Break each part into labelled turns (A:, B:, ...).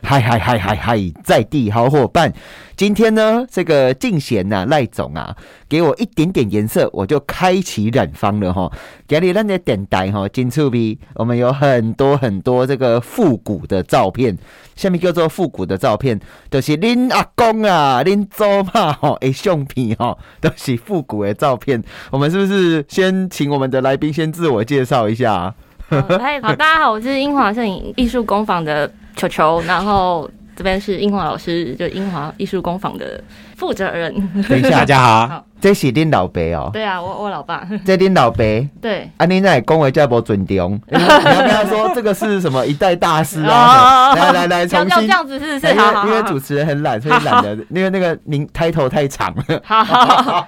A: 嗨嗨嗨嗨嗨，在地好伙伴。今天呢，这个敬贤呐、赖总啊，给我一点点颜色，我就开启染坊了哈。给你那的点台哈，金触笔，我们有很多很多这个复古的照片。下面叫做复古的照片，就是恁阿公啊、恁祖嘛吼，诶，相片吼，都、是复古的照片。我们是不是先请我们的来宾先自我介绍一下啊？
B: 呃嗨，好，大家好，我是英华摄影艺术工坊的球球，然后这边是英华老师，就英华艺术工坊的负责人。
A: 等一下
C: 大家好，
A: 这是恁老爸哦、
B: 对啊，我我老爸，
A: 这恁老爸。
B: 对，
A: 啊，你那恭维叫不准 重，你要跟他说这个是什么一代大师啊？来来来，
B: 哦 要
A: 重
B: 要这
A: 新，
B: 样子是不
A: 因
B: 是？好
A: 为因为
B: 好
A: 主持人很懒，所以 懒得，因为那个您 title 太长了。
B: 好，好好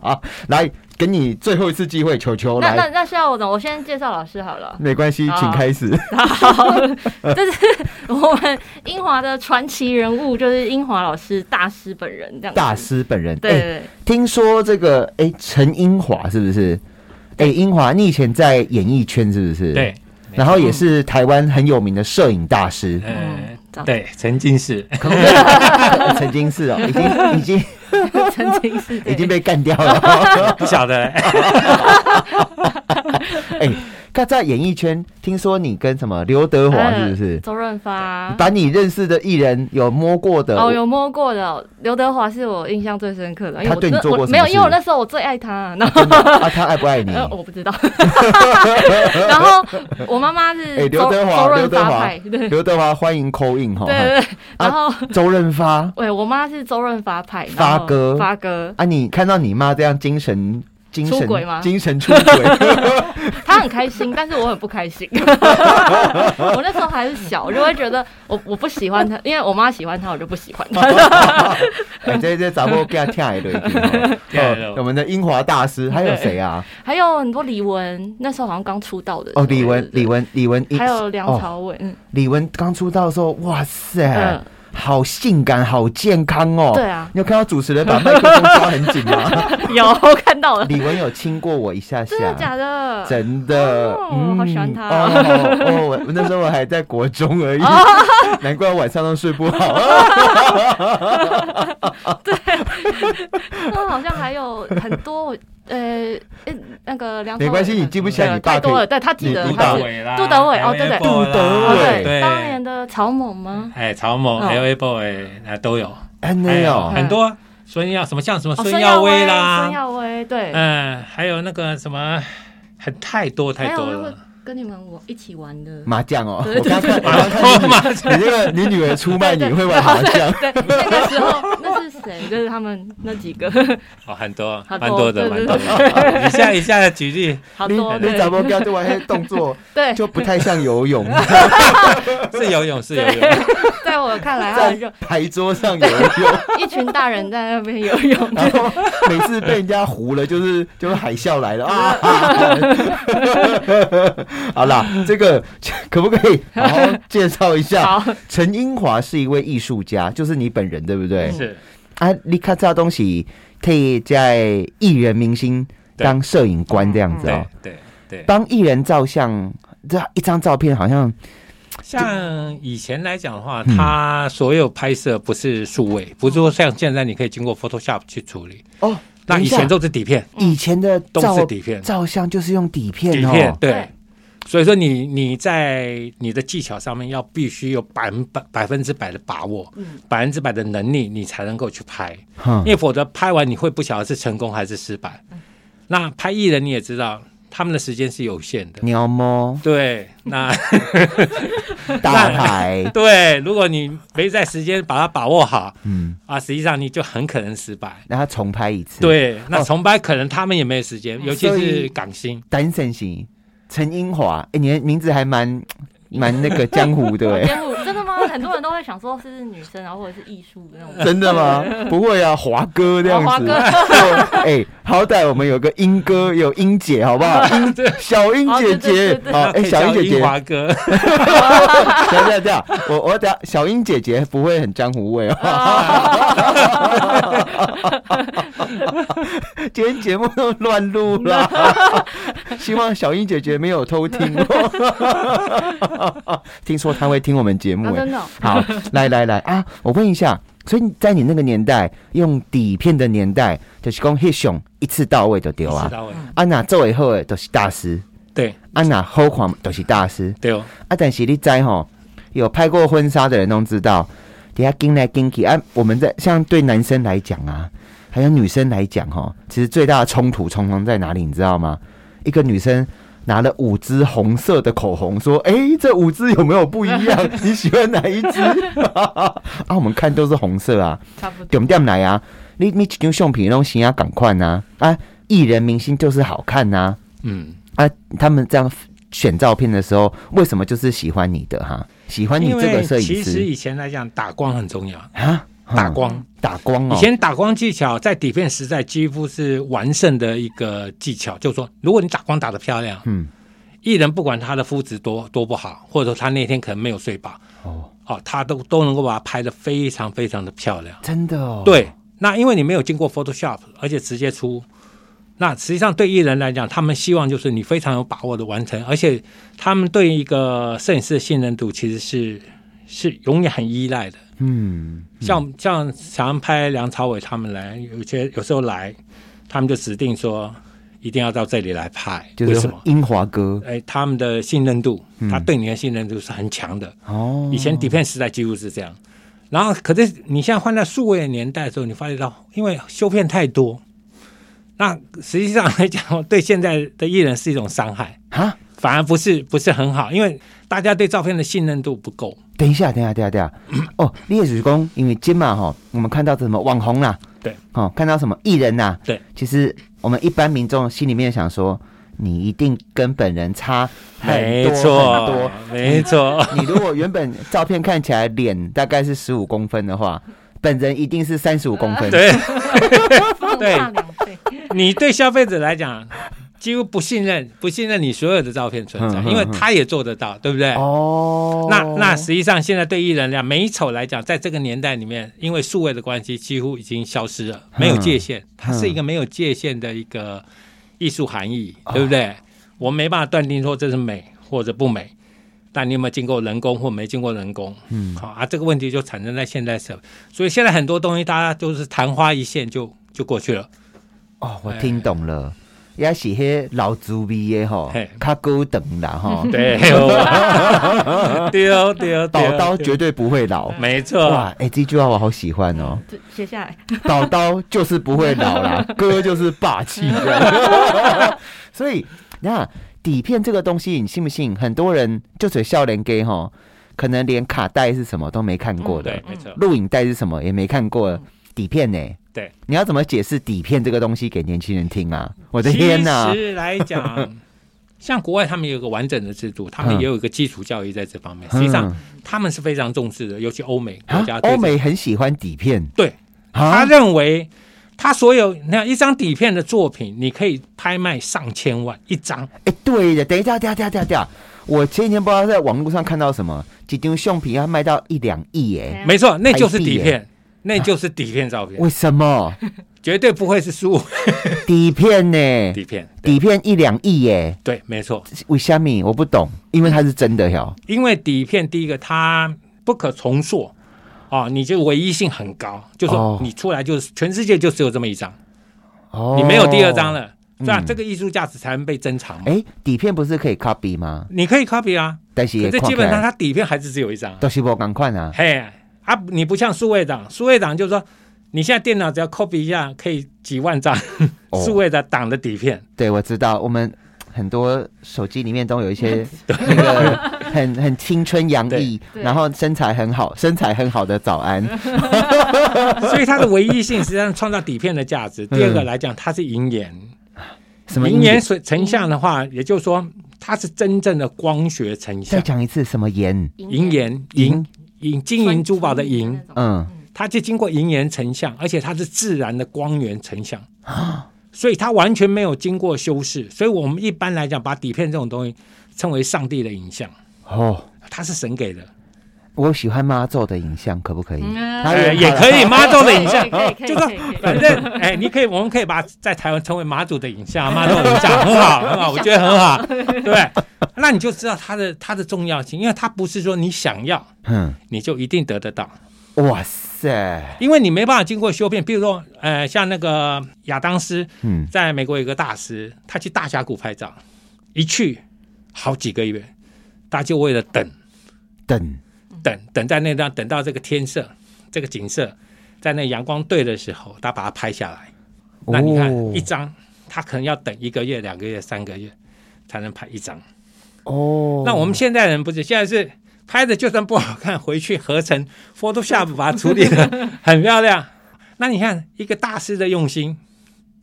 B: 好。
A: 来，给你最后一次机会，球球
B: 那那
A: 来，
B: 那是要我怎么？我先介绍老师好了。
A: 没关系，
B: 好
A: 请开
B: 哦
A: 始。
B: 好，这是 我们英华的传奇人物，就是英华老师大师本人这样子。
A: 大师本人，
B: 对，对
A: 哎
B: 对。
A: 听说这个哎，陈英华是不是？哎，英华，你以前在演艺圈是不是？。
C: 对，
A: 然后也是台湾很有名的摄影大 师，
B: 嗯
C: 呃
B: 这样，
C: 对，沉 浸式，
A: 曾经是哦，已经已经
B: 曾经是
A: 哎已经
B: 被
A: 被干掉 了。
C: 不晓得，
A: 哎、看在演艺圈，听说你跟什么刘德华
B: 哎
A: 是不是？
B: 周润发。
A: 把你认识的艺人有摸过的，
B: 哦，有摸过的哦刘德华是我印象最深刻的，因为
A: 他
B: 我
A: 对你
B: 那
A: 做过
B: 我
A: 什么
B: 没有，
A: 事
B: 因为我那时候我最爱他，然后
A: 真的啊，他爱不爱你？
B: 呃我不知道，然后我妈妈
A: 哎
B: 是
A: 刘
B: 周
A: 德华
B: 周
A: 刘
B: 润
A: 德华哦啊
B: 发派，对对
A: 刘德华欢迎 call in 哈，
B: 对，对然后
A: 周润发
B: 喂我妈是周润发派，然
A: 发
B: 后
A: 哥
B: 发哥，
A: 啊，你看到你妈这样精神精神
B: 出轨吗
A: 精神出 轨，
B: 他很 开心，但是我很不开心。 我那时候还是小，就会觉得我我不喜欢他，因为我妈喜欢他，我就不喜欢
A: 哦
B: 他。
A: 哎，这这咋不给他跳一堆？ 哦我们的英华大师还有谁啊？
B: 还有很多李玟，那时候好像刚出道的
A: 哦，李玟，
B: 对
A: 李
B: 对
A: 玟，李玟一
B: 对还有梁
A: 哦
B: 朝伟，嗯
A: 李玟刚出道的时候，哇塞
B: 嗯，
A: 好性感，好健康哦。
B: 对啊，
A: 你有看到主持人 把麦克风抓很紧吗？
B: 有看到 了，
A: 李玟有亲过我一下下，
B: 真的假的？
A: 真的
B: 哦
A: 嗯
B: 好喜欢她
A: 哦哦，我那时候我还在国中而已，
B: 哦
A: 难怪我晚上都睡不好。
B: 那好像还有很多，呃，呃那个梁朝伟
A: 没关系，你记不起来，
B: 对
A: 你爸
B: 太
A: 可
B: 多了，
A: 以。
B: 对他记 得，
A: 你
C: 杜
A: 你爸
B: 他
A: 爸
B: 记
C: 德
B: 得
C: 伟啦，
B: 杜德伟哦
C: LA
B: 对对
C: Boy 啦
A: 杜德伟
C: 对，
B: 当年的草蜢吗？
C: 哎，曹某
B: 嗯
C: L A Boy 啊都有，
A: 安
C: 还
A: 内
C: 有
A: 哦，
C: 很多孙耀什么像什么
B: 哦
C: 孙耀威啦
B: 孙，耀威对，
C: 嗯，还有那个什么，很太多
B: 还
C: 太
B: 有
C: 多
B: 那个
C: 了，
B: 跟你们我一起玩的。
A: 麻将哦，
B: 对
A: 我刚看，我刚看
C: 嘛，
A: 你这个你女儿出卖你
B: 对对
A: 会玩麻将，
B: 对，那个时候那是谁？就是他们那几个，
C: 哦，很多，
B: 好
C: 蛮
B: 多
C: 多的，蛮
B: 对
C: 多 的，一下一下的举例，
B: 好
A: 你
B: 多
A: 你
B: 对
A: 怎么刚做完那些动作
B: 对，
A: 就不太像游 泳，
C: 是游泳，是游泳，
B: 对，在我看来，他们就
A: 在牌桌上游泳，
B: 一群大人在那边游泳，
A: 然后每次被人家糊了，就是 就是海啸来了啊！ 好啦，这个可不可以好好介绍一下？
B: 好，
A: 陈英华是一位艺术家，就是你本人对不对？
C: 是
A: 啊，你看这东西可以在艺人明星当摄影官这样子
C: 对
A: 哦，
C: 对对。
A: 帮艺人照相，这一张照片好像
C: 像以前来讲的话，
A: 嗯
C: 它所有拍摄不是数位，不是说像现在你可以经过 Photoshop 去处理。
A: 哦，
C: 那
A: 等一
C: 以
A: 下
C: 前都是底片，
A: 以前的
C: 都是
A: 照
C: 底片，
A: 照相就是用底片
C: 底片
A: 哦，
C: 对
B: 对。
C: 所以说你你在你的技巧上面要必须有百分百百分之百的把握，
B: 嗯，
C: 百分之百的能力，你才能够去拍。
A: 哼
C: 因为否则拍完你会不晓得是成功还是失败。
B: 嗯
C: 那拍艺人你也知道，他们的时间是有限的。
A: 鸟 猫
C: 对，那，
A: 大牌
C: 对，如果你没在时间把它把握好
A: 嗯，
C: 啊，实际上你就很可能失败。
A: 让他重拍一次，。
C: 对，那
A: 哦
C: 重拍可能他们也没有时间，尤其
A: 所以
C: 是 港星。
A: 单身型陈英华，哎、你的名字还蛮蛮那个江湖 的、 哎，
B: 编舞真的吗？很多人都会想说是女生啊，或者是艺术那种。
A: 真的吗？不会啊，华哥这样子，
B: 哦华哥
A: 就哎、好歹我们有个英哥，有英姐，好不 好？英小英姐姐
B: 哦对对对，对
A: 好，
C: 那可
A: 哎、
C: 以
A: 小
C: 叫
A: 英姐姐
C: 英，啊华哥，
A: 等一下等一下，我我等一下，小英姐姐不会很江湖味哦。 今天节目都乱录了， 希望小英姐姐没有偷听哦。 听说她会听我们节目
B: 啊，
A: 哎、
B: 真的哦、
A: 好，来来来啊，我问一下，所以在你那个年代，用底片的年代，就是讲黑熊一次到位就丢
C: 一
A: 啊
C: 次。到位，
A: 啊，那做以后的都是大师，
C: 对
A: 啊，那好看就是大师。
C: 对哦，
A: 啊，但是你知吼，有拍过婚纱的人都知道，底下跟来跟去啊。我们在像对男生来讲啊，还有女生来讲哈，其实最大的冲突冲突在哪里，你知道吗？一个女生。拿了五支红色的口红，说：“哎、这五支有没有不一样？你喜欢哪一支？” 啊，我们看都是红色啊。
B: 差不多。
A: 点点来啊，你你一张相片拢先啊赶快呐啊，艺人明星就是好看呐
C: 嗯，
A: 啊他们这样选照片的时候，为什么就是喜欢你的哈、喜欢你
C: 因
A: 这个
C: 为
A: 摄
C: 其
A: 影
C: 实
A: 师
C: 以前来讲，打光很重要，
A: 啊？嗯
C: 打光。
A: 打光哦，
C: 以前打光技巧在底片时代几乎是完胜的一个技巧，就是说，如果你打光打得漂亮，
A: 嗯
C: 艺人不管他的肤质多多不好，或者说他那天可能没有睡饱，
A: 哦，
C: 哦，他都都能够把它拍得非常非常的漂亮。
A: 真的哦，
C: 对，那因为你没有经过 Photoshop，而且直接出，那实际上对艺人来讲，他们希望就是你非常有把握的完成，而且他们对一个摄影师的信任度其实是是永远很依赖的。
A: 嗯，
C: 像像常拍梁朝伟他们来，有些有时候来，他们就指定说一定要到这里来拍，
A: 就
C: 为什
A: 是嗯
C: 么？
A: 英华哥
C: 哎，他们的信任度，他对你的信任度是很强的。
A: 哦，
C: 以前底片时代几乎是这样。然后，可是你现在换到数位的年代的时候，你发觉到，因为修片太多，那实际上来讲，对现在的艺人是一种伤害，
A: 啊，
C: 反而不是不是很好，因为大家对照片的信任度不够。
A: 等一下，等一下，等一下，等一 下，哦，你也是讲，因为今嘛哈，我们看到什么网红啦、
C: 对，
A: 哦，看到什么艺人呐、
C: 对，
A: 其实我们一般民众心里面想说，你一定跟本人差很
C: 没
A: 多很
C: 错
A: 多。，
C: 没错，
A: 你如果原本照片看起来脸大概是十五公分的话，本人一定是三十五公分。
C: 对。
B: 放
C: 对
B: 大两倍，
C: 你对消费者来讲，几乎不信任，不信任你所有的照片存在，
A: 嗯嗯嗯
C: 因为他也做得到，对不对？
A: 哦，
C: 那那实际上现在对艺人来讲，美丑来讲，在这个年代里面，因为数位的关系，几乎已经消失了，
A: 嗯
C: 没有界限，它是一个没有界限的一个艺术含义，对不对？我没办法断定说这是美或者不美，但你有没有经过人工或没经过人工？嗯，好啊，这个问题就产生在现代社会，所以现在很多东西大家都是昙花一现就就过去 了。
A: 哦，我听懂了，也是迄老猪逼的吼
C: 嘿，
A: 他高等啦吼，
C: 对，啊我对哦，对哦，对哦
A: 宝刀绝对不会老。
C: 没错
A: 哇，，哎、这句话我好喜欢 哦。
B: 就写下来。
A: 倒刀就是不会老啦，哥就是霸气这样。 所以，你看底片这个东西，你信不信？很多人就嘴笑脸给吼，可能连卡带是什么都没看过的
C: 嗯对，，没错，
A: 录影带是什么也没看过
B: 嗯，
A: 底片呢、
C: 对，
A: 你要怎么解释底片这个东西给年轻人听啊？我的天呐、
C: 其实来 讲，像国外他们有一个完整的制度，他们
A: 嗯
C: 也有一个基础教育在这方面。实际上
A: 嗯，，
C: 他们是非常重视的，尤其欧美国
A: 啊
C: 家对这
A: 欧美很喜欢底片，
C: 对，他
A: 啊，
C: 认为他所有那一张底片的作品，你可以拍卖上千万一张。
A: 哎、对的，等一下，等一下，等一下，等一下，我前几天不知道在网络上看到什么，几张相片要卖到一两亿
B: 哎
A: 耶，
C: 哎
A: 啊
C: 没错，那就是底
A: 台币
C: 片，那就是底片照片，
A: 为什么？
C: 绝对不会是数位
A: 底片 呢？
C: 底片。对
A: 底片一两亿耶，
C: 对，没错。
A: 为虾米我不懂，因为它是真的哟。
C: 因为底片第一个它不可重塑啊，你就唯一性很高，就
A: 哦
C: 说你出来就是全世界就只有这么一张，
A: 哦
C: 你没有第二张。了，这样、
A: 嗯
C: 这个艺术价值才能被珍藏嘛。
A: 哎，底片不是可以 copy 吗？
C: 你可以 copy 啊，
A: 但是
C: 可
A: 也
C: 是
A: 看
C: 基
A: 起
C: 本
A: 来
C: 上它底片还是只有一张啊、
A: 都是我赶快啊。
C: 嘿啊，你不像数位档，数位档就是说你现在电脑只要 copy 一下，可以几万张
A: 哦
C: 数位的档的 底片。
A: 对，我知道，我们很多手机里面都有一 些那个很很青春洋溢，
B: 对
A: 然后身材很好、身材很好的早安。
C: 所以它的唯一性实际上创造底片的价值。第二个来讲，它是银盐，
A: 嗯什么
C: 银
A: 盐
C: 盐？水成像的话，也就是说它是真正的光学成
A: 再
C: 像，
A: 讲一次，什么盐？
C: 银盐银银金银珠宝的银，，
A: 嗯，
C: 它就经过银盐成像，而且它是自然的光源成像，所以它完全没有经过修饰。所以我们一般来讲，把底片这种东西称为上帝的影像，
A: 哦，
C: 它是神给的。
A: 我喜欢妈祖的影像，可不可以？
B: 嗯
A: 他
C: 呃
A: 有
C: 也可以妈祖的影 像，
B: 可以可以
C: 就
B: 可
C: 说
B: 以可以可以
C: 反正哎，你可以，我们可以把在台湾称为妈祖的影像，妈祖的影像很好，很好，我觉得很好，对不对？那你就知道它的它的重要性，因为它不是说你想要
A: 嗯，
C: 你就一定得得到，
A: 哇塞，
C: 因为你没办法经过修炼。比如说，呃，像那个亚当斯，
A: 嗯，
C: 在美国有个大师，他去大峡谷拍照，一去好几个月，他就为了等
A: 等，
C: 等等在那段等到这个天色，这个景色，在那阳光对的时候，他把它拍下来。那你看、
A: 哦
C: 一张，他可能要等一个月、两个月、三个月才能拍一张。
A: 哦，
C: 那我们现在人不是，现在是拍的就算不好看，回去合成 Photoshop 把它处理的很漂亮。 那你看一个大师的用心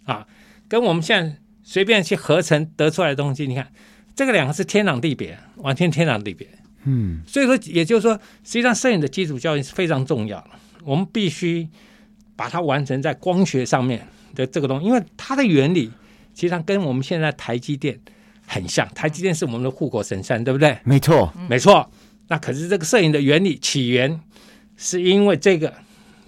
C: 啊，跟我们现在随便去合成得出来的东西，你看这个两个是天壤地别，完全天壤地别。
A: 嗯
C: 所以说，也就是说，实际上摄影的基础教育是非常重要的，我们必须把它完成在光学上面的这个东西，因为它的原理其实上跟我们现在台积电很像，台积电是我们的护国神山，对不对？
A: 没错，
B: 嗯
C: 没错。那可是这个摄影的原理起源是因为这个，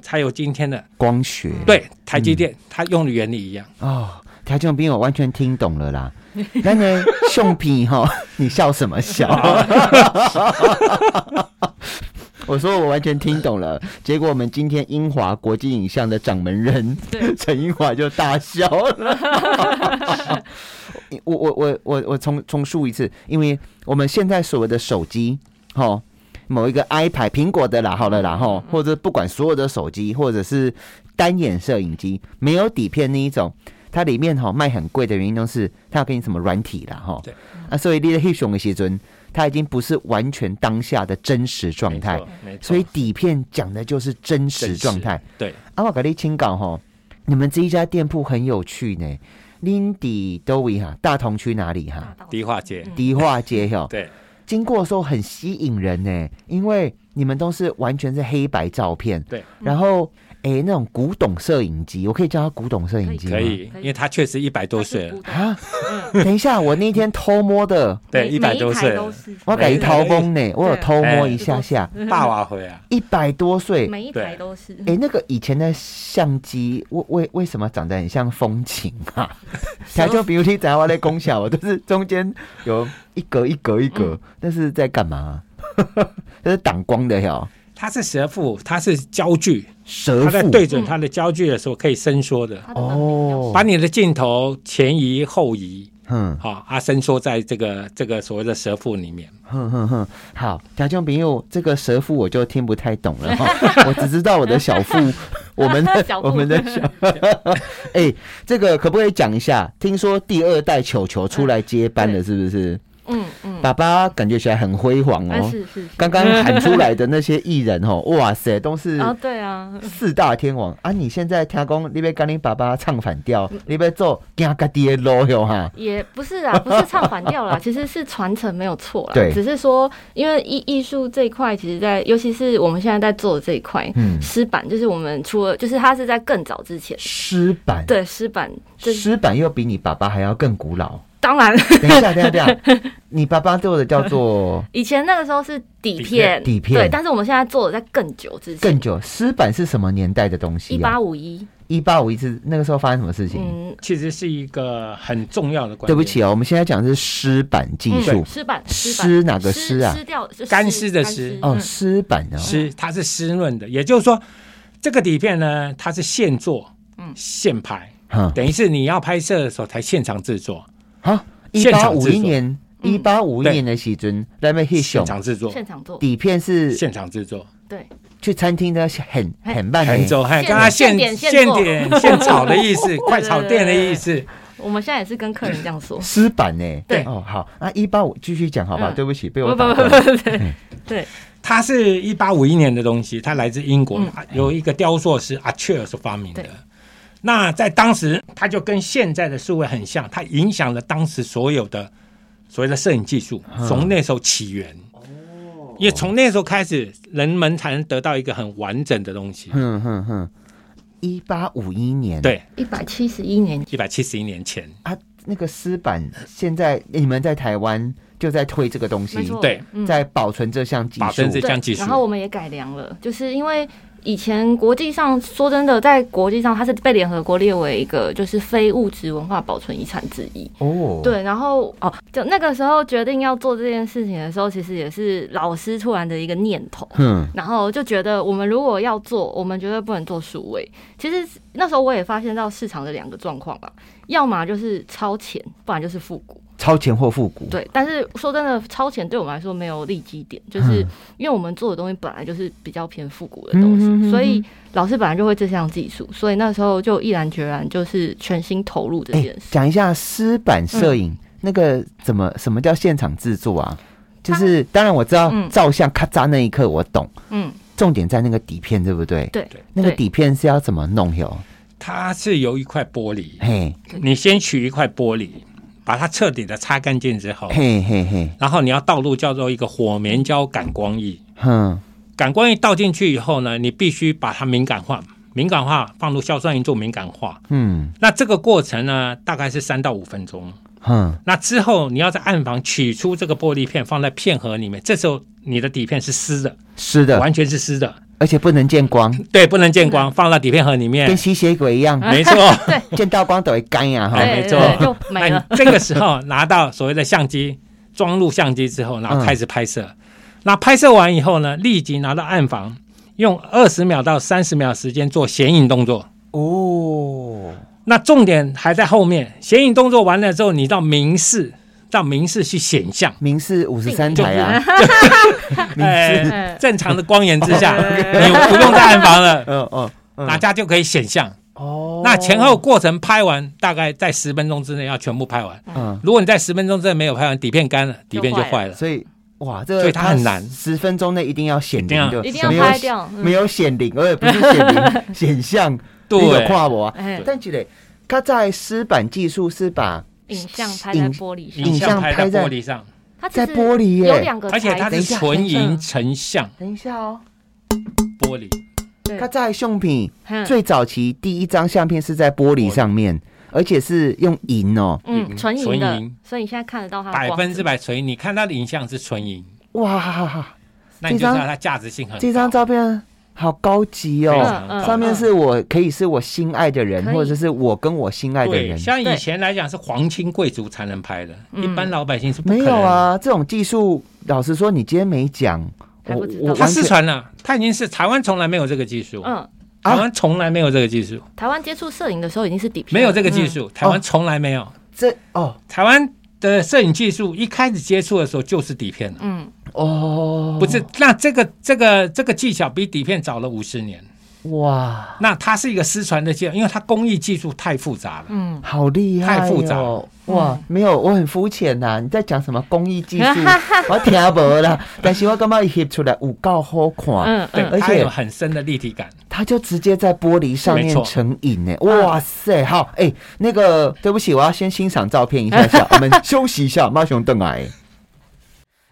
C: 才有今天的
A: 光学
C: 对台
A: 嗯
C: 积电它用的原理一样。
A: 哦，条件兵我完全听懂了啦。那 呢，胸皮哈，你笑什么 笑？我说我完全听懂 了，结果我们今天英华国际影像的掌门人
B: 对
A: 陈英华就大笑了。 我我我我我重重述一次，因为我们现在所谓的手机，哈，某一个 iPad 苹果的啦，好了
C: 嗯
A: 啦，哈，或者不管所有的手机，或者是单眼摄影机，没有底片那一种，它里面哈卖很贵的原因都是它要给你什么软体啦，哈
C: 对，
A: 啊，所以你在黑熊的时阵，它已经不是完全当下的真实状态
C: 没，错，没错
A: 所以底片讲的就是真实状态。
C: 对，
A: 啊，我甲你请教吼，你们这一家店铺很有趣呢。恁伫都位哈？大同区哪里哈？
C: 迪化街，
B: 嗯
A: 迪化街吼，
C: 对
A: 经过的时候很吸引人呢，因为你们都是完全是黑白照片，
C: 对，
A: 然后诶、那种古董摄影机，我可以叫它古董摄影机吗
C: 可 以，因为它确实一百多岁了，
A: 啊。
B: 嗯
A: 等一下，我那天偷摸的，
C: 对，一百多岁了
B: 都。是
A: 我改淘风呢，我有偷摸一下
B: 哎
A: 下，
C: 大瓦回啊，
A: 一百多岁。
B: 嗯每一台都是，
A: 诶，那个以前的相机，为为为什么长得很像风景啊？台中 Beauty 在我在攻下，我都是中间有一格一格一
B: 嗯
A: 格，那是在干嘛、啊 那是挡光的哟，
C: 它是蛇腹，它是焦距，
A: 蛇
C: 它在
A: 腹
C: 对
B: 嗯
C: 准它的焦距的时候可以伸缩的，
B: 它的能力比较
A: 哦
C: 把你的镜头前移后移，
A: 嗯
C: 好、啊，伸缩在这个这个所谓的蛇腹里面。
A: 哼哼哼，好，听众朋友，这个蛇腹我就听不太懂了 哈，我只知道我的小腹，我们的
B: 小腹
A: 我们的 小，哎、这个可不可以讲一下？听说第二代球球出来接班了，是不是？
B: 嗯嗯，
A: 爸爸感觉起来很辉煌
B: 但
A: 哦。
B: 是是是
A: 刚刚喊出来的那些艺 人哦，哇塞，都是
B: 啊，对啊，
A: 四大天王啊！你现在听讲，你被甘霖爸爸唱反调，
B: 嗯
A: 你被做惊家爹路哟哈，
B: 也不是啊，不是唱反 调啦，其实是传承没有错啦。
A: 对
B: 只是说，因为艺艺术这一块，其实在尤其是我们现在在做的这一块，
A: 嗯
B: 湿版就是我们除了就是它是在更早之前，
A: 诗版，
B: 对湿版，这
A: 诗版又比你爸爸还要更古老。
B: 当然
A: 等一 下，等一下，等一下，你爸爸做的叫做
B: 以前那个时候是底片，
A: 底片
B: 对，但是我们现在做的在更久之前
A: 更。久，诗版是什么年代的东西、
B: 一
A: 啊
B: 八？五一，
A: 一八五一次，那个时候发生什么事情？
B: 嗯，
C: 其实是一个很重要的关
A: 对不，起哦，我们现在讲的是诗版技术
B: 嗯，湿版，
A: 湿
B: 湿
A: 哪个湿
B: 湿
A: 啊
B: 湿掉就
C: 干湿的
B: 干
C: 湿
A: 哦，
B: 嗯
A: 诗版哦，
C: 湿它是湿润的，也就是说，这个底片呢，它是现做，
B: 嗯啊
C: 现拍，
A: 哈
C: 等于是你要拍摄的时候才现场制作，
A: 好，一
C: 现
A: 八
C: 场制
A: 五
C: 作
A: 一年，一八五一
C: 对
A: 年的时阵，那边去
C: 现
A: 熊
C: 场制作，
B: 现场做，
A: 底片是
C: 现场制作，
B: 对，
A: 去餐厅的很很慢
C: 很
A: 的，，
C: 走，还有
B: 现
C: 刚刚现
B: 哎现点现
C: 现
B: 做
C: 点现炒 的意思，快炒店的意思，
B: 我们现在也是跟客人这样说
A: 诗版呢？
B: 对
A: 哦，好，那一八五继续讲好不好？
B: 嗯
A: 对不起，被
B: 不
A: 我
B: 不
A: 打
B: 不
A: 断
B: 不，不对
A: 嗯
B: 对，
C: 它是一八五一年的东西，它来自英国，
B: 嗯
C: 有一个雕塑师阿切尔所发明的
B: 对。
C: 那在当时，它就跟现在的数位很像，它影响了当时所有的所谓的摄影技术，
B: 嗯
C: 从那时候起源。
B: 哦
C: 也从那时候开始，人们才能得到一个很完整的东西。
B: 嗯
A: 哼哼哼，嗯一八五一年，
C: 对，
B: 一百七十一年
C: 一百七十一年前，
A: 啊，那个丝板现在你们在台湾就在推这个东
B: 没
A: 西，
B: 错，
C: 对
B: 嗯，
A: 在保存这项技
C: 保
A: 术
C: 存。这
B: 对
C: 项技术
B: 然后我们也改良了，就是因为以前国际上说真的，在国际上它是被联合国列为一个就是非物质文化保存遗产之一。
A: 哦，，
B: 对，然后哦，就那个时候决定要做这件事情的时候，其实也是老师突然的一个念头，
A: 嗯，
B: 然后就觉得我们如果要做，我们绝对不能做数位。其实那时候我也发现到市场的两个状况啊，要么就是超前，不然就是复古。
A: 超前或复古，
B: 对，但是说真的，超前对我们来说没有利基点，就是因为我们做的东西本来就是比较偏复古的东西，
A: 嗯嗯哼嗯哼
B: 所以老师本来就会这项技术，所以那时候就毅然决然就是全心投入这
A: 哎、
B: 件事。嗯
A: 讲一下湿版摄影、那个怎么什么叫现场制作啊？就是当然我知道
B: 嗯
A: 照相咔嚓那一刻我懂，
B: 嗯，
A: 重点在那个底片对不对？
B: 对
C: 对，
A: 那个
B: 对
A: 底片是要怎么弄哟？
C: 它是由一块玻璃，
A: 嘿，
C: 你先取一块玻璃，把它彻底的擦干净之后，
A: 嘿嘿嘿，
C: 然后你要倒入叫做一个火棉胶感光液。
A: 哼，
C: 感光液倒进去以后呢，你必须把它敏感化，敏感化放入硝酸银做敏感化。
A: 嗯
C: 那这个过程呢，大概是三到五分钟。
A: 哼，
C: 那之后你要在暗房取出这个玻璃片，放在片盒里面。这时候你的底片是湿的，
A: 是啊的，
C: 完全是湿的，
A: 而且不能见光，
C: 对，不能见光，放到底片盒里
A: 跟
C: 面。
A: 吸血鬼一样，
B: 哎
C: 没错，
A: 见到光都会干呀哈。
B: 对
C: 哎没错
B: 对，就
C: 那
B: 没
C: 你
B: 了。
C: 这个时候拿到所谓的相机，装入相机之后，然后开始拍摄。那拍摄完以后呢，立即拿到暗房，用二十秒到三十秒时间做显影动作。
A: 哦，
C: 那重点还在后面，显影动作完了之后，你到明室，到明室去显像。
A: 明是五十三台啊， 明
C: 哎
A: 是，
B: 嗯
C: 正常的光源之下，
B: 对
C: 你不用再暗房了，
A: 嗯嗯嗯
C: 大家就可以显像。
A: 哦
C: 那前后过程拍完，大概在十分钟之内要全部拍完。
A: 嗯，
C: 如果你在十分钟之内没有拍完，底片干了，底片就坏了。
A: 所以哇，这个
C: 所以它很难
A: 十分钟内一定要显
C: 一定
A: 灵
C: 要
A: 的，
B: 一定要
A: 没有
B: 拍掉嗯
A: 没有显灵，而且不是显 灵，显像你有
C: 对，
A: 跨我啊。
B: 哎，
A: 但觉得它在湿版技术是把
B: 影像拍在玻璃上，
C: 影像拍在玻璃上，
B: 它其
A: 在
B: 实
A: 玻璃
B: 有
A: 耶，
B: 两个材
C: 而
B: 质，
C: 且它
A: 等
C: 是
A: 一下
C: 纯
B: 等一
C: 银
B: 下
C: 成像
A: 等一下哦，
C: 玻璃，
B: 对
A: 它在相片
B: 嗯
A: 最早期第一张相片是在玻璃上面，而且是用银哦，
B: 嗯纯银
C: 纯
B: 的
C: 银，
B: 所以你现在看得到它的
C: 百
B: 啊光
C: 分之百纯银。你看它的影像是纯银，
A: 哇，
C: 那你就
A: 这张
C: 知道它价值性很高。
A: 这张照片好高级
C: 非
A: 哦。
B: 嗯
C: 常
B: 嗯
C: 高
A: 上面是我可以是我心爱的人
B: 可，以
A: 或者是我跟我心爱的
C: 对，
A: 人，
C: 像以
B: 对
C: 前来讲是皇亲贵族才能拍的，
B: 嗯
C: 一般老百姓是不可
A: 没
C: 能
A: 有
C: 的。
A: 啊，这种技术，老实说，你今天没讲，
B: 还
A: 我
B: 不知道
A: 我
C: 它
A: 完
C: 失
A: 全
C: 传了，它已经是台湾从来没有这个技术，
B: 嗯，啊
A: 啊
C: 台湾从来没有这个技术，
B: 台湾接触摄影的时候已经是底片了，
C: 没有这个技术，台
A: 哦
C: 湾从来没有。
A: 这哦
C: 台湾的摄影技术一开始接触的时候就是底片了，
B: 嗯，
A: 哦，
C: 不是？那这个这个这个技巧比底片早了五十年，
B: 嗯
A: 哇，
C: 那它是一个失传的技巧，因为它工艺技术太复杂了。
B: 嗯
A: 好厉害、哦，
C: 太复杂了
A: 哇，没有，我很肤浅呐。你在讲什么工艺技术，我听不啦。但是我感觉翕出来有够好看，
B: 嗯
C: 对
B: 嗯，
A: 而，
C: 它
A: 且
C: 有很深的立体感。
A: 它就直接在玻璃上
C: 没
A: 面
C: 错
A: 成影呢。哇塞，好，哎、那个对不起，我要先欣赏照片一下下，我们休息一下，马熊邓来。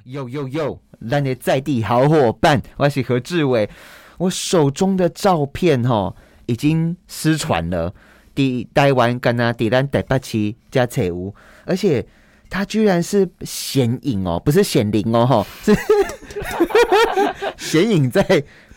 A: 呦呦呦，咱的在地好伙伴，我是何志伟。我手中的照片哈、哦、已经失传了，第台湾干那第咱台北市加彩屋，而且它居然是显影哦，不是显灵哦，哈， 是显影在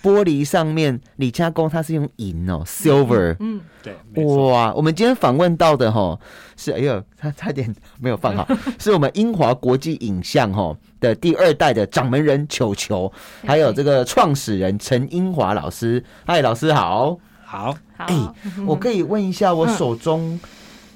A: 玻璃上面。李家公它是用银哦，silver。
B: 嗯，
C: 对，没错。
A: 哇，我们今天访问到的哈是，哎呦，他差点没有 放好，是我们英华国际影像哈的第二代的掌门人球球，还有这个创始人陈英华老师。嗨，老师好，
C: 好，
B: 好嗯
A: 哎，我可以问一下，我手中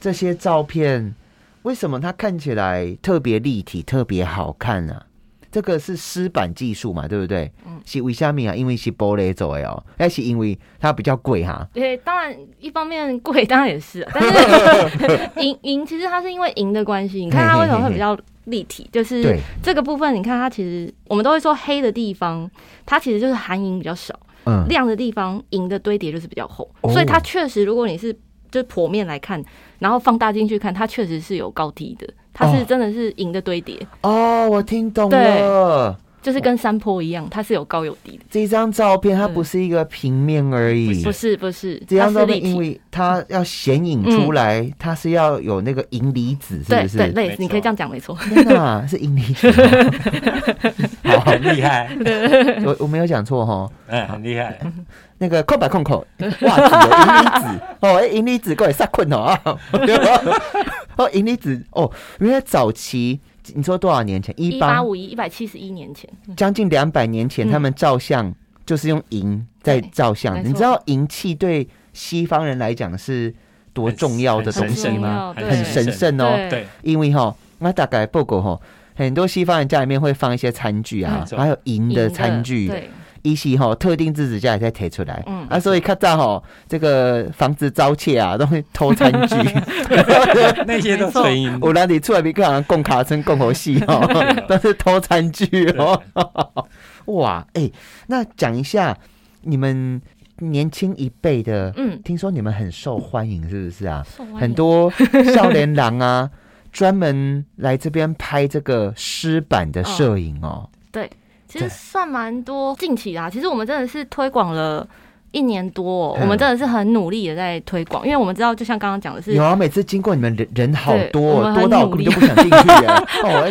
A: 这些照片，为什么它看起来特别立体、特别好看呢、啊？这个是湿版技术嘛，对不对？嗯，是为虾米啊？因为是玻璃做的哦，那是因为它比较贵哈、
B: 对，当然一方面贵，当然也是、 啊，但是银银其实它是因为银的关系，你看它为什么会比较立体，就是
A: 对，
B: 这个部分，你看它其实我们都会说黑的地方，它其实就是含银比较少，
A: 嗯，
B: 亮的地方银的堆叠就是比较厚，
A: 哦
B: 所以它确实如果你是就是剖面来看，然后放大进去看，它确实是有高低的，它
A: 哦
B: 是真的是银的堆叠，
A: 哦，我听懂
B: 对
A: 了。
B: 就是跟山坡一样，它是有高有低的。
A: 这张照片它不是一个平面而已
B: 不，是不是，
A: 这
B: 它
A: 张
B: 是
A: 照
B: 立
A: 片因
B: 体。
A: 为它要显影出来，它是要有那个银离子，是
B: 对
A: 不
B: 对，
A: 是？
B: 类
C: 没
B: 似，你可以
C: 错
B: 这样讲，没错。
A: 天哪，是银离子 哦，好，
C: 很 厉害，
A: 我我没有讲错哈。
C: 嗯，很厉害。
A: 那个空白空口，袜子有银离 子哦，哎，银离子过来杀困哦 啊，哦，银离子哦，原来早期你说多少年前？
B: 一
A: 一
B: 八
A: 八
B: 五一一百七十一年前，
A: 将近两百年前，
B: 嗯
A: 他们照相就是用银在照相
B: 对。没错
A: 你知道银器对西方人来讲是多重要的东
C: 很
A: 西
C: 神圣
A: 吗？
C: 吗？
B: 很
A: 很
B: 重要
A: 神圣哦，
B: 对
C: 对，
A: 因为哈，那大概报告哈，很多西方人家里面会放一些餐具啊
C: 没，错
A: 还有银的
B: 赢
A: 餐具，
B: 嗯对，
A: 依稀哈特定日子家里再提出来，
B: 嗯
A: 啊，所以看到哈这个防止遭窃啊，都会偷餐 具。
C: 那些都纯银。
A: 有人伫厝内面好像供卡称供猴戏 哦，但是偷餐具哦。哇，哎、那讲一下你们年轻一辈的，
B: 嗯，
A: 听说你们很受欢迎，是不是啊？
B: 受欢迎
A: 很多少年郎 啊，专门来这边拍这个湿版的摄影哦。
B: 其实算蛮多近期啦。其实我们真的是推广了一年多、哦，
A: 嗯
B: 我们真的是很努力的在推广，因为我们知道，就像刚刚讲的是
A: 有，啊，每次经过你们人人好多、
B: 对我们
A: 哦，
B: 很
A: 多到我
B: 努
A: 根本
B: 力
A: 就不想进去 啊！哦，哎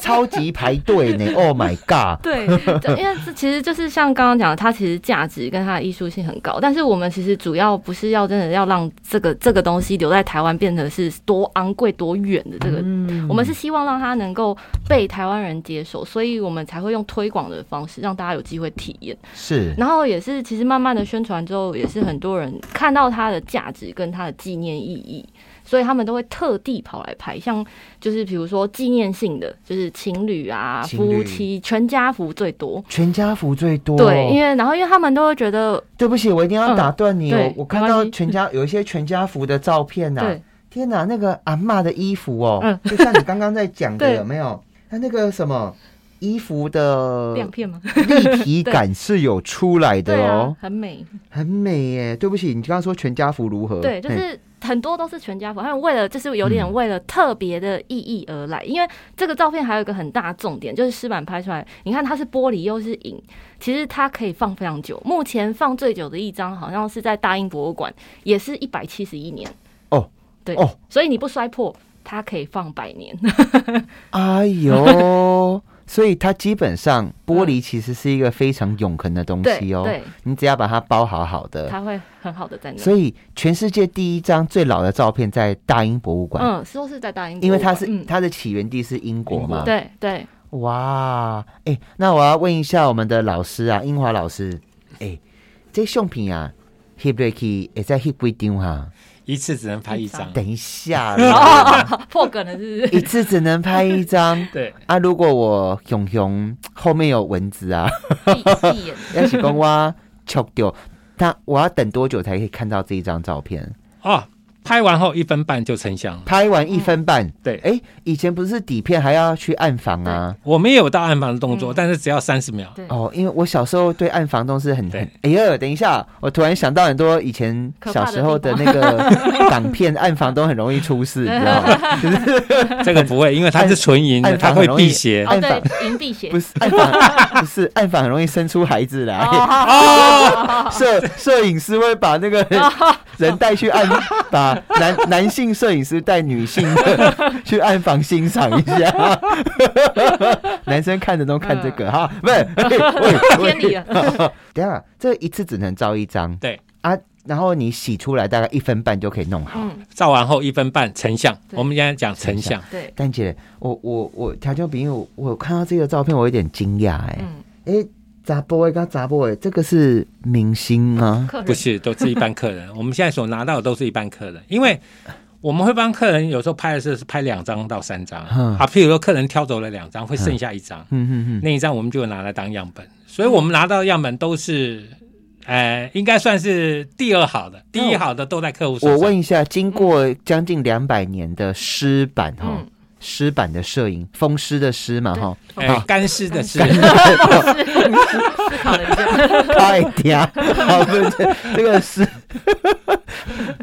A: 超级排队呢！Oh my god！
B: 对，对因为这其实就是像刚刚讲的，它其实价值跟它的艺术性很高，但是我们其实主要不是要真的要让这个这个东西留在台湾变得是多昂贵多远的这个。
A: 嗯
B: 我们是希望让它能够被台湾人接受，所以我们才会用推广的方式让大家有机会体验。
A: 是
B: 然后也是，其实慢慢的宣传之后，也是很多人看到它的价值跟它的纪念意义，所以他们都会特地跑来拍，像就是比如说纪念性的，就是情侣啊、
A: 情侣
B: 夫妻、全家福最多。
A: 全家福最多。
B: 对，因为然后因为他们都会觉得，
A: 对不起，我一定要打断你。
B: 嗯
A: 我
B: 对
A: 我看
B: 没
A: 到
B: 关系
A: 全家有一些全家福的照片呐、
B: 对
A: 天哪，那个阿嬷的衣服哦，
B: 嗯
A: 就像你刚刚在讲的，
B: 对
A: 有没有？它那个什么衣服的
B: 亮片吗？
A: 立体感是有出来的
B: 对啊
A: 哦，，
B: 很美。
A: 很美耶。对不起，你刚刚说全家福如何？
B: 对，就
A: 嘿
B: 是很多都是全家福，他们为了就是有点
A: 嗯
B: 为了特别的意义而来，因为这个照片还有一个很大的重点，就是湿板拍出来，你看它是玻璃又是银，其实它可以放非常久。目前放最久的一张好像是在大英博物馆，也是一百七十一年。
A: 哦，
B: 对，
A: 哦
B: 所以你不摔破，它可以放百年。
A: 哎 呦，所以它基本上玻璃其实是一个非常永恒的东
B: 嗯对
A: 西哦。
B: 对，
A: 你只要把它包好好的，
B: 它嗯会很好的在那。
A: 所以全世界第一张最老的照片在大英博物馆，
B: 嗯，说是在大英博
A: 因
B: 物馆，
A: 为它是、
B: 嗯，
A: 它的起源地是英国嘛。
C: 英国
B: 对 对，
A: 哇，哎、那我要问一下我们的老师啊，英华老师，哎、这相片啊。翕落去会再翕几张哈？
C: 一次只能拍一
B: 嗯
C: 张。
A: 等一下啦，
B: 破梗了是不是？
A: 一次只能拍一张
C: 对，
A: 啊！如果我熊熊后面有蚊子啊，
B: 闭闭眼。
A: 要是讲我戳掉，那我要等多久才可以看到这一张照片？
C: 哦，拍完后一分半就成像了。
A: 拍完一分半，
C: 嗯对，
A: 哎、以前不是底片还要去暗房啊？
C: 我们也有到暗房的动作，但是只要三十秒。
B: 对
A: 哦，因为我小时候对暗房都是很很
C: 对，
A: 哎呀，等一下，我突然想到很多以前小时候的那个港片暗房都很容易出事，你知道吗？
C: 这个不会，因为它是纯银的，
A: 暗
C: 它
A: 房
C: 会
A: 很容易
C: 辟邪。
B: 哦，
A: 暗
B: 对
A: 访，
B: 银币鞋
A: 不。是暗房，不是暗房很容易生出孩子来。 摄摄影师会把那个人带去暗，把男男性摄影师带女性的去暗房欣赏一下。男生看着都看这个哈，不是喂 喂
B: 偏离了。
A: 等一下，这一次只能照一张。
C: 对
A: 啊，然后你洗出来大概一分半就可以弄好。
B: 嗯，
C: 照完后一分半成像，
B: 对
C: 我们现在讲成像。
B: 对，
A: 丹姐，我我我调教比，因为我我看到这个照片，我有点惊讶哎
B: 嗯，
A: 哎，杂波哎，刚杂波哎，这个是明星吗？
B: 客人
C: 不是，都是一般客人。我 们现在所拿到的都是一般客人，因为我们会帮客人有时候拍的时候是拍两张到三张
A: 嗯
C: 啊，譬如说客人挑走了两张，会剩下一张，
A: 嗯嗯嗯，
C: 那一张我们就拿来当样本。所以我们拿到的样本都是，呃，应该算是第二好的，第一好的都在客户手
A: 我
C: 上。
A: 问一下，经过将近两百年的湿版哈
B: 嗯，
A: 湿版的摄影，风湿的湿嘛哈，啊
C: 哎，干尸的是，
A: 哦
B: 思考了 一下，
A: 快 点啊，好，不是这这个是，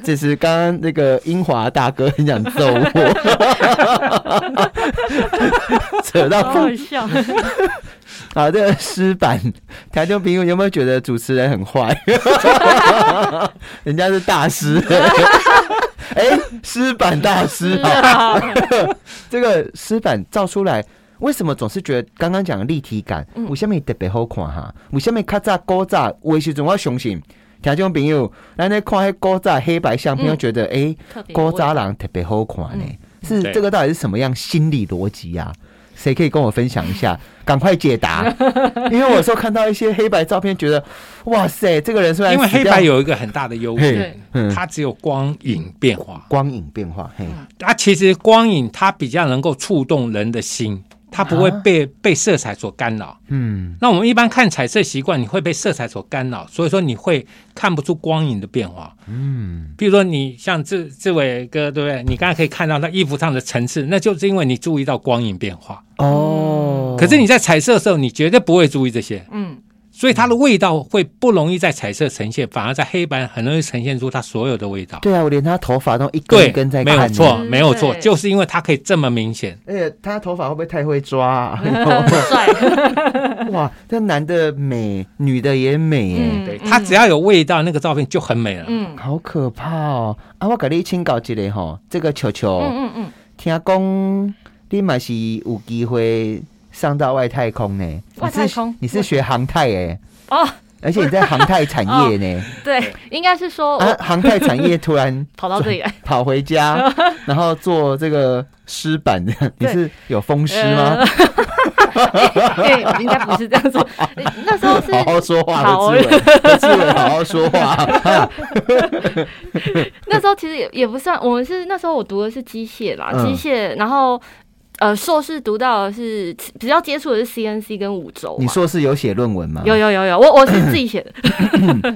A: 这是刚刚那个英华大哥很想揍 我，扯到
B: 好
A: 风
C: 哦
B: 好笑。
A: 啊，这个诗版， 台中朋友有没有觉得主持人很坏？ 人家是大师， 哎、诗版大师啊，
B: 啊，
A: 这个诗版照出来，为什么总是觉得刚刚讲的立体感，
B: 嗯
A: 为什么特别好看哈？为什么较早古早有的时阵我相信，听众朋友，咱咧看迄古早黑白相片，
B: 嗯
A: 我觉得哎。诶
B: 特别嗯
A: 高渣郎特别好看呢、是
C: 对
A: 这个到底是什么样心理逻辑啊？谁可以跟我分享一 下？赶快解答，因为我有时候看到一些黑白照片，觉得哇塞，这个人虽然
C: 因为
A: 死
C: 黑
A: 掉
C: 白有一个很大的优
A: 嘿
C: 点，
A: 嗯
C: 它只有光影变化。
A: 光影变化，嘿，
C: 啊，其实光影它比较能够触动人的心，它不会
A: 啊
C: 被、被色彩所干扰。
A: 嗯
C: 那我们一般看彩色习惯，你会被色彩所干扰，所以说你会看不出光影的变化。
A: 嗯，
C: 比如说你像志志伟哥，对不对？你刚才可以看到他衣服上的层次，那就是因为你注意到光影变化。
A: 哦，
C: 可是你在彩色的时候，你绝对不会注意这些，
B: 嗯，
C: 所以它的味道会不容易在彩色呈现，反而在黑白很容易呈现出它所有的味道。
A: 对啊，我连他头发都一根
C: 对
A: 一根在，
C: 没
A: 看，
C: 有错，
B: 嗯
C: 没有错，
B: 对
C: 就是因为它可以这么明显。
A: 而且他头发会不会太会抓、 啊？
B: 帅，
A: 哇，这男的美，女的也美、耶。
B: 嗯
C: 对，它只要有味道，那个照片就很美了。
B: 嗯
A: 好可怕哦！啊，我给你请教一个吼，这个球球，
B: 嗯嗯嗯，
A: 听讲你嘛是有机会上到外太空呢？
B: 外太空
A: 你是你是学航太哎、
B: 哦，
A: 而且你在航太产业 呢、
B: 对，应该是说
A: 啊
B: 我，
A: 航太产业突然
B: 跑到这里来，
A: 跑回 家，然后做这个湿板的，你
B: 对
A: 是有风湿吗？
B: 呃？ 对，应该不是这样说。那时候是
A: 好好说话，
B: 好
A: 何志伟， 何志伟，好好说话。
B: 那时候其实也也不算，我们是那时候我读的是机械啦，
A: 嗯
B: 机械，然后呃硕士读到的是比较接触的是 CNC 跟五轴嘛。
A: 你硕士有写论文吗？
B: 有有有有，我我是自己写的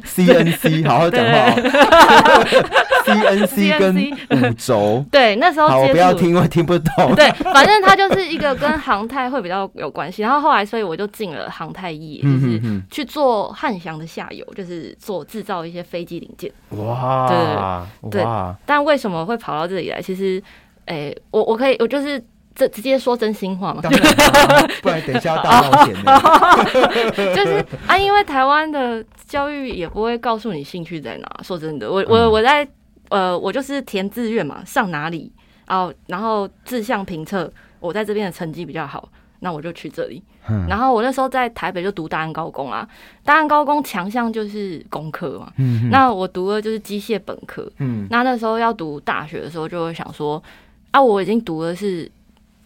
A: CNC，好好讲话哦。CNC 跟五轴，
B: 对，那时候
A: 好，我
B: 接
A: 不要
B: 触。
A: 听，我听不懂。
B: 对，反正它就是一个跟航太会比较有关系，然后后来所以我就进了航太业，就
A: 嗯
B: 是
A: 哼哼
B: 去做汉翔的下游，就是做制造一些飞机零件。
A: 哇，
B: 对
A: 哇，
B: 但为什么会跑到这里来？其实，诶、我我可以，我就是这直接说真 心话
A: 哦
B: 嘛，
A: 当然 啦不然等一下要大冒险的。
B: 就是啊，因为台湾的教育也不会告诉你兴趣在哪。说真的，我我
A: 嗯
B: 我在呃，我就是填志愿嘛，上哪里，然后然后志向评测，我在这边的成绩比较好。那我就去这里，
A: 嗯
B: 然后我那时候在台北就读大安高工啊，大安高工强项就是工科嘛，
A: 嗯
B: 那我读的就是机械本科，
A: 嗯
B: 那那时候要读大学的时候，就会想说，啊，我已经读的是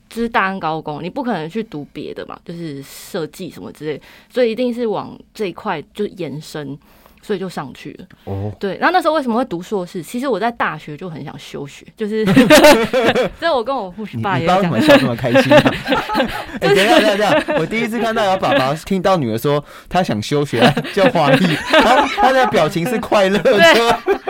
B: 就是大安高工，你不可能去读别的嘛，就是设计什么之类，所以一定是往这一块就延伸，所以就上去了。
A: 哦，
B: 对，然后那时候为什么会读硕士？其实我在大学就很想休学，就是， 这我跟我护士
A: 你你
B: 嗯爸也
A: 爸为什
B: 讲
A: 么，笑这么开心 啊？哎，等一下等一下，等一下，我第一次看到有爸爸听到女儿说她想休学叫华丽，然后她的表情是快乐的，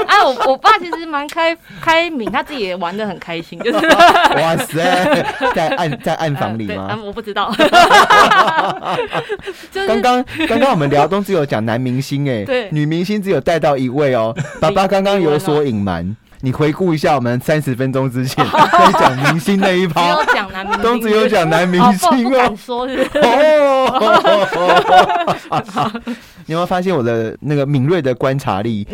B: 哎、啊，我我爸其实蛮开开明，他自己也玩的很开心，就是
A: 哇塞，在暗在暗房里
B: 对啊
A: 吗？，
B: 我不知 道，就是
A: 刚刚刚刚我们聊东只有讲男明星哎、
B: 对
A: 女明星只有带到一位 哦。爸爸刚刚有所隐瞒，你回顾一下我们三十分钟之 前在讲明星那一
B: 只
A: 趴
B: 有，讲男明星，
A: 东只有讲男明
B: 哦，不不
A: 星哦
B: 敢。说是不是。
A: 哦，你有没有发现我的那个敏锐的观察力？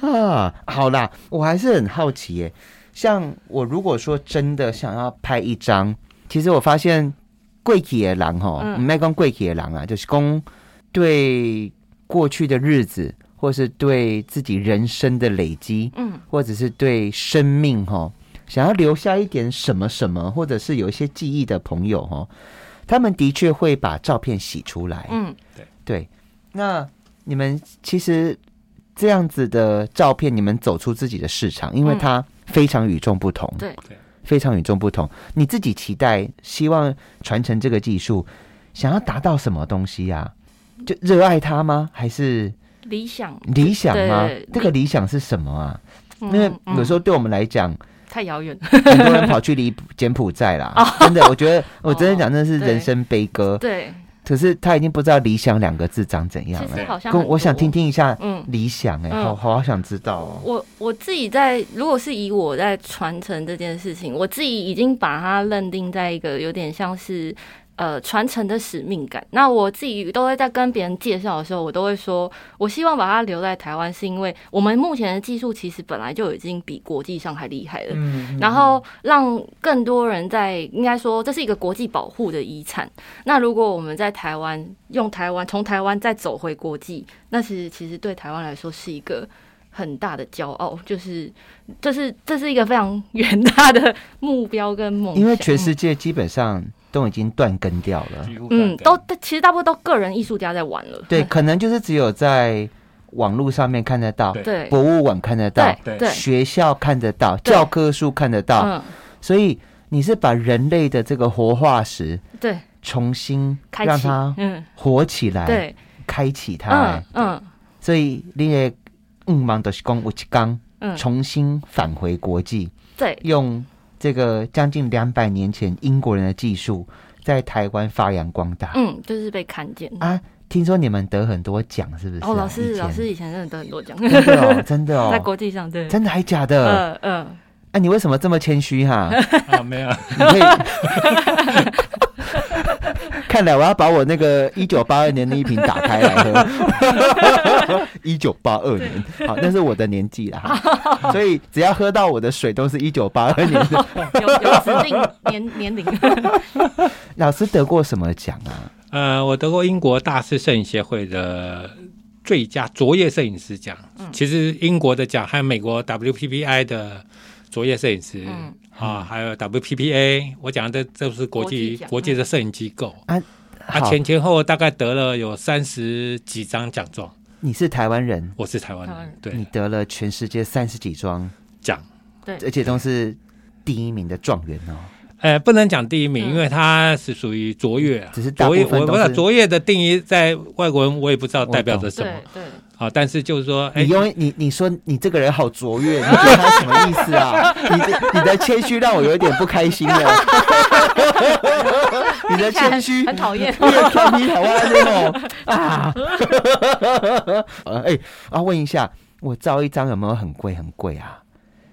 A: 啊，好啦，我还是很好奇耶。像我如果说真的想要拍一张，其实我发现贵体的狼吼，
B: 嗯
A: 卖光贵体的狼啊，就是公对过去的日子，或是对自己人生的累积，
B: 嗯
A: 或者是对生命哈，想要留下一点什么什么，或者是有一些记忆的朋友哈，他们的确会把照片洗出来。
B: 嗯，
A: 对，那你们其实这样子的照片，你们走出自己的市场，因为
B: 嗯
A: 它非常与众不同。
B: 对
C: 对，
A: 非常与众不同。你自己期待、希望传承这个技术，想要达到什么东西呀、就热爱它吗？还是
B: 理想，
A: 理想吗
B: 对？
A: 这个理想是什么啊？
B: 因
A: 因为有时候
B: 候
A: 对我们来讲，
B: 太遥远。
A: 很多人跑去离柬埔寨 啦，真的，我觉得我真的讲，真的是
B: 对
A: 人生悲歌。
B: 哦对，
A: 可是他已经不知道理想两个字长怎样
B: 其
A: 了
B: 实。好像
A: 跟
B: 很
A: 我想
B: 多
A: 听。听一下
B: 嗯，
A: 理想，哎，
B: 嗯
A: 好好好想知道哦。
B: 我我自己在，如果是以我在传承这件事情，我自己已经把它认定在一个有点像是呃传承的使命感。那我自己都会在跟别人介绍的时候，我都会说，我希望把它留在台湾，是因为我们目前的技术其实本来就已经比国际上还厉害了。
C: 嗯，
B: 然后让更多人在，应该说这是一个国际保护的遗产。那如果我们在台湾用台湾从台湾再走回国际，那其实其实对台湾来说是一个很大的骄傲，就是这是这是一个非常 远大的目标跟梦想。
A: 因为全世界基本上都已经断根掉了，
C: 几乎
B: 嗯
C: 断根
B: 都其实大部分都个人艺术家在玩了。
A: 对，可能就是只有在网络上面看得到，
C: 对
B: 对
A: 博物馆看得到，
B: 对
C: 对
B: 对，
A: 学校看得到，
B: 对
A: 教科书看得到，
B: 嗯
A: 所以你是把人类的这个活化石
B: 对，
A: 重新
B: 开
A: 让
B: 启
A: 它
B: 嗯
A: 活起来，
B: 对
A: 开启它、
B: 嗯
A: 哎
B: 嗯
A: 所以你的嗯忙的是讲有一天
B: 嗯
A: 重新返回国际，
B: 对
A: 用这个将近两百年前英国人的技术在台湾发扬光大、
B: 嗯就是被看见。
A: 啊！听说你们得很多奖，是不是啊、
B: 哦，老师
A: 以前
B: 老师以前真的得很多奖，
A: 真的哦，真的
B: 在
A: 哦，
B: 国际上对。
A: 真的还假的？
B: 嗯嗯，
A: 哎、你为什么这么谦虚哈？
C: 啊，没有，
A: 你可以。 看来我要把我那个一九八二年的一瓶打开来喝。一九八二年，好，那是我的年纪啦，哈所以只要喝到我的水都是一九八二年的。
B: 有有指定年 年龄，
A: 老师得过什么奖啊？
C: 呃，我得过英国大师摄影协会的最佳卓越摄影师奖。
B: 嗯
C: 其实英国的奖还有美国 WPPI 的卓越摄影师、
B: 嗯
C: 啊，还有 WPPA，我讲的这都是国
B: 国际
C: 际
B: 奖嗯
C: 国际的摄影机构。啊，
A: 好，
C: 前前后后大概得了有三十几张奖状。
A: 你是台湾人，
C: 我是台湾
B: 台湾人
C: 人，
A: 你
C: 对
A: 得了全世界三十几桩，
C: 奖，
A: 而且都是第一名的状元哦。
C: 呃，不能讲第一名，
B: 嗯
C: 因为他是属于卓越啊。
A: 嗯只是大
C: 卓越，
A: 部分
C: 我
A: 都
C: 不知道
A: 是
C: 卓越的定义在外国人，我也不知道代表着什么
B: 对对，
C: 啊。但是就是说，哎
A: 你，因为你你说你这个人好卓越，你对他什么意思啊？你这你的谦虚让我有一点不开心了。你的谦虚
B: 很讨厌。
A: 越看你好啊，那种啊， 呃哎、啊，问一下，我照一张有没有很贵很贵啊？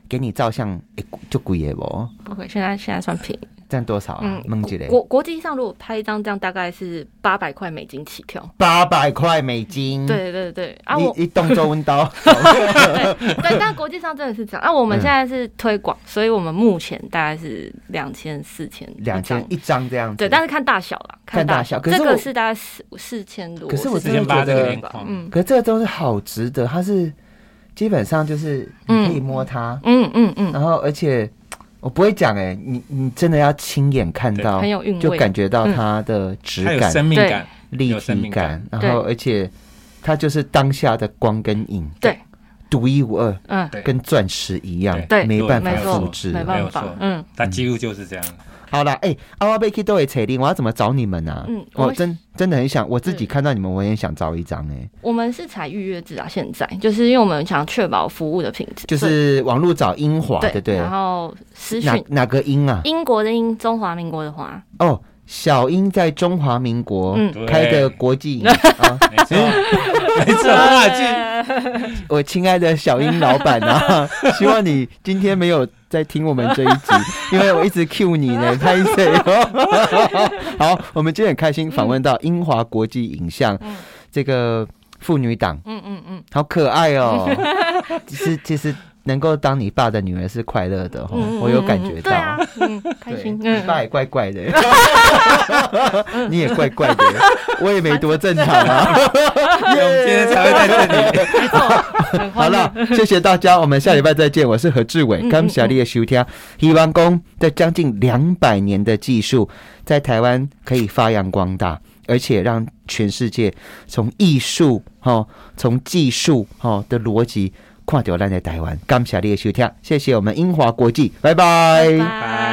A: 给你照相哎，就贵耶不？
B: 不会，现在现在算便宜。
A: 这样多少
B: 嗯
A: 啊？蒙起来
B: 国国际上如果拍一张这样，大概是八百块美金起跳。
A: 八百块美金。。
B: 对对对，啊我
A: 嗯你一动就温 刀，
B: 对，但国际上真的是这样。啊，我们
A: 嗯
B: 现在是推广，所以我们目前大概是两千四千
A: 两千。一张这样子。
B: 对，但是看大小啦，
A: 看大
B: 大
A: 小可是
B: 这
A: 我
B: 个是大概四四千多，
A: 可是我
B: 四
A: 真的觉
B: 千
A: 得
B: 吧
C: 嗯
B: 嗯
A: 可是这个东西好值得，它是基本上就是你可以摸它，
B: 嗯嗯嗯，
A: 然后而且我不会讲哎、你你真的要亲眼看到，
B: 很有韵味，
A: 就感觉到它的质
C: 它有
A: 感、
C: 生命
B: 对
C: 感，
A: 立
C: 嗯有生
A: 体
C: 命
A: 感
C: 感，
A: 然
B: 对
A: 后而且它就是当下的光跟影，
B: 对，
A: 独一无二，
B: 嗯，
C: 对
A: 跟钻石一样，
C: 对
A: 没办法
B: 没错
A: 复制。
B: 没
C: 没
B: 办
C: 有
B: 法
C: 错，
B: 嗯。
C: 它几乎就是这样。
A: 好啦，哎、阿瓦贝克都会扯铃，我要怎么找你们啊？
B: 嗯我
A: 我
B: 们
A: 真真的很想，我自己
B: 嗯
A: 看到你们，我也想找一张哎、
B: 我们是采预约制啊，现在就是因为我们想确保服务的品质，
A: 就
B: 所以
A: 是网络找英华，
B: 对
A: 对不对？
B: 然后私
A: 哪
B: 讯
A: 哪个英啊？
B: 英国的英，中华民国的华，
A: 哦，小英在中华民国
B: 嗯
C: 对
A: 开的国际影啊，
C: 没错，没 错啊，这
A: 我亲爱的小英老板 啊，希望你今天没有在听我们这一集，因为我一直 cue 你呢，拍 谁哦？好，我们今天很开心访问到英华国际影像
B: 嗯
A: 这个妇女档，
B: 嗯嗯嗯，
A: 好可爱 哦。其实其实能够当你爸的女儿是快乐的哦，
B: 嗯
A: 我有感觉到。
B: 对啊，嗯，开
A: 对，
B: 心，
A: 你
B: 嗯，
A: 爸也怪怪 的，你也怪怪的，我也没多正常 啊。
C: 我们今天才会在这里。
B: 没错，很
A: 好
B: 欢乐
A: 了，，谢谢大家，我们下礼拜再见。我是何志伟，
B: 嗯
A: 感谢你的收听。希望工在将近两百年的技术，在台湾可以发扬光大，而且让全世界从艺术哈，从技术哈的逻辑跨掉咱的台湾。感谢你的收听，谢谢我们英华国际，拜拜
B: 拜。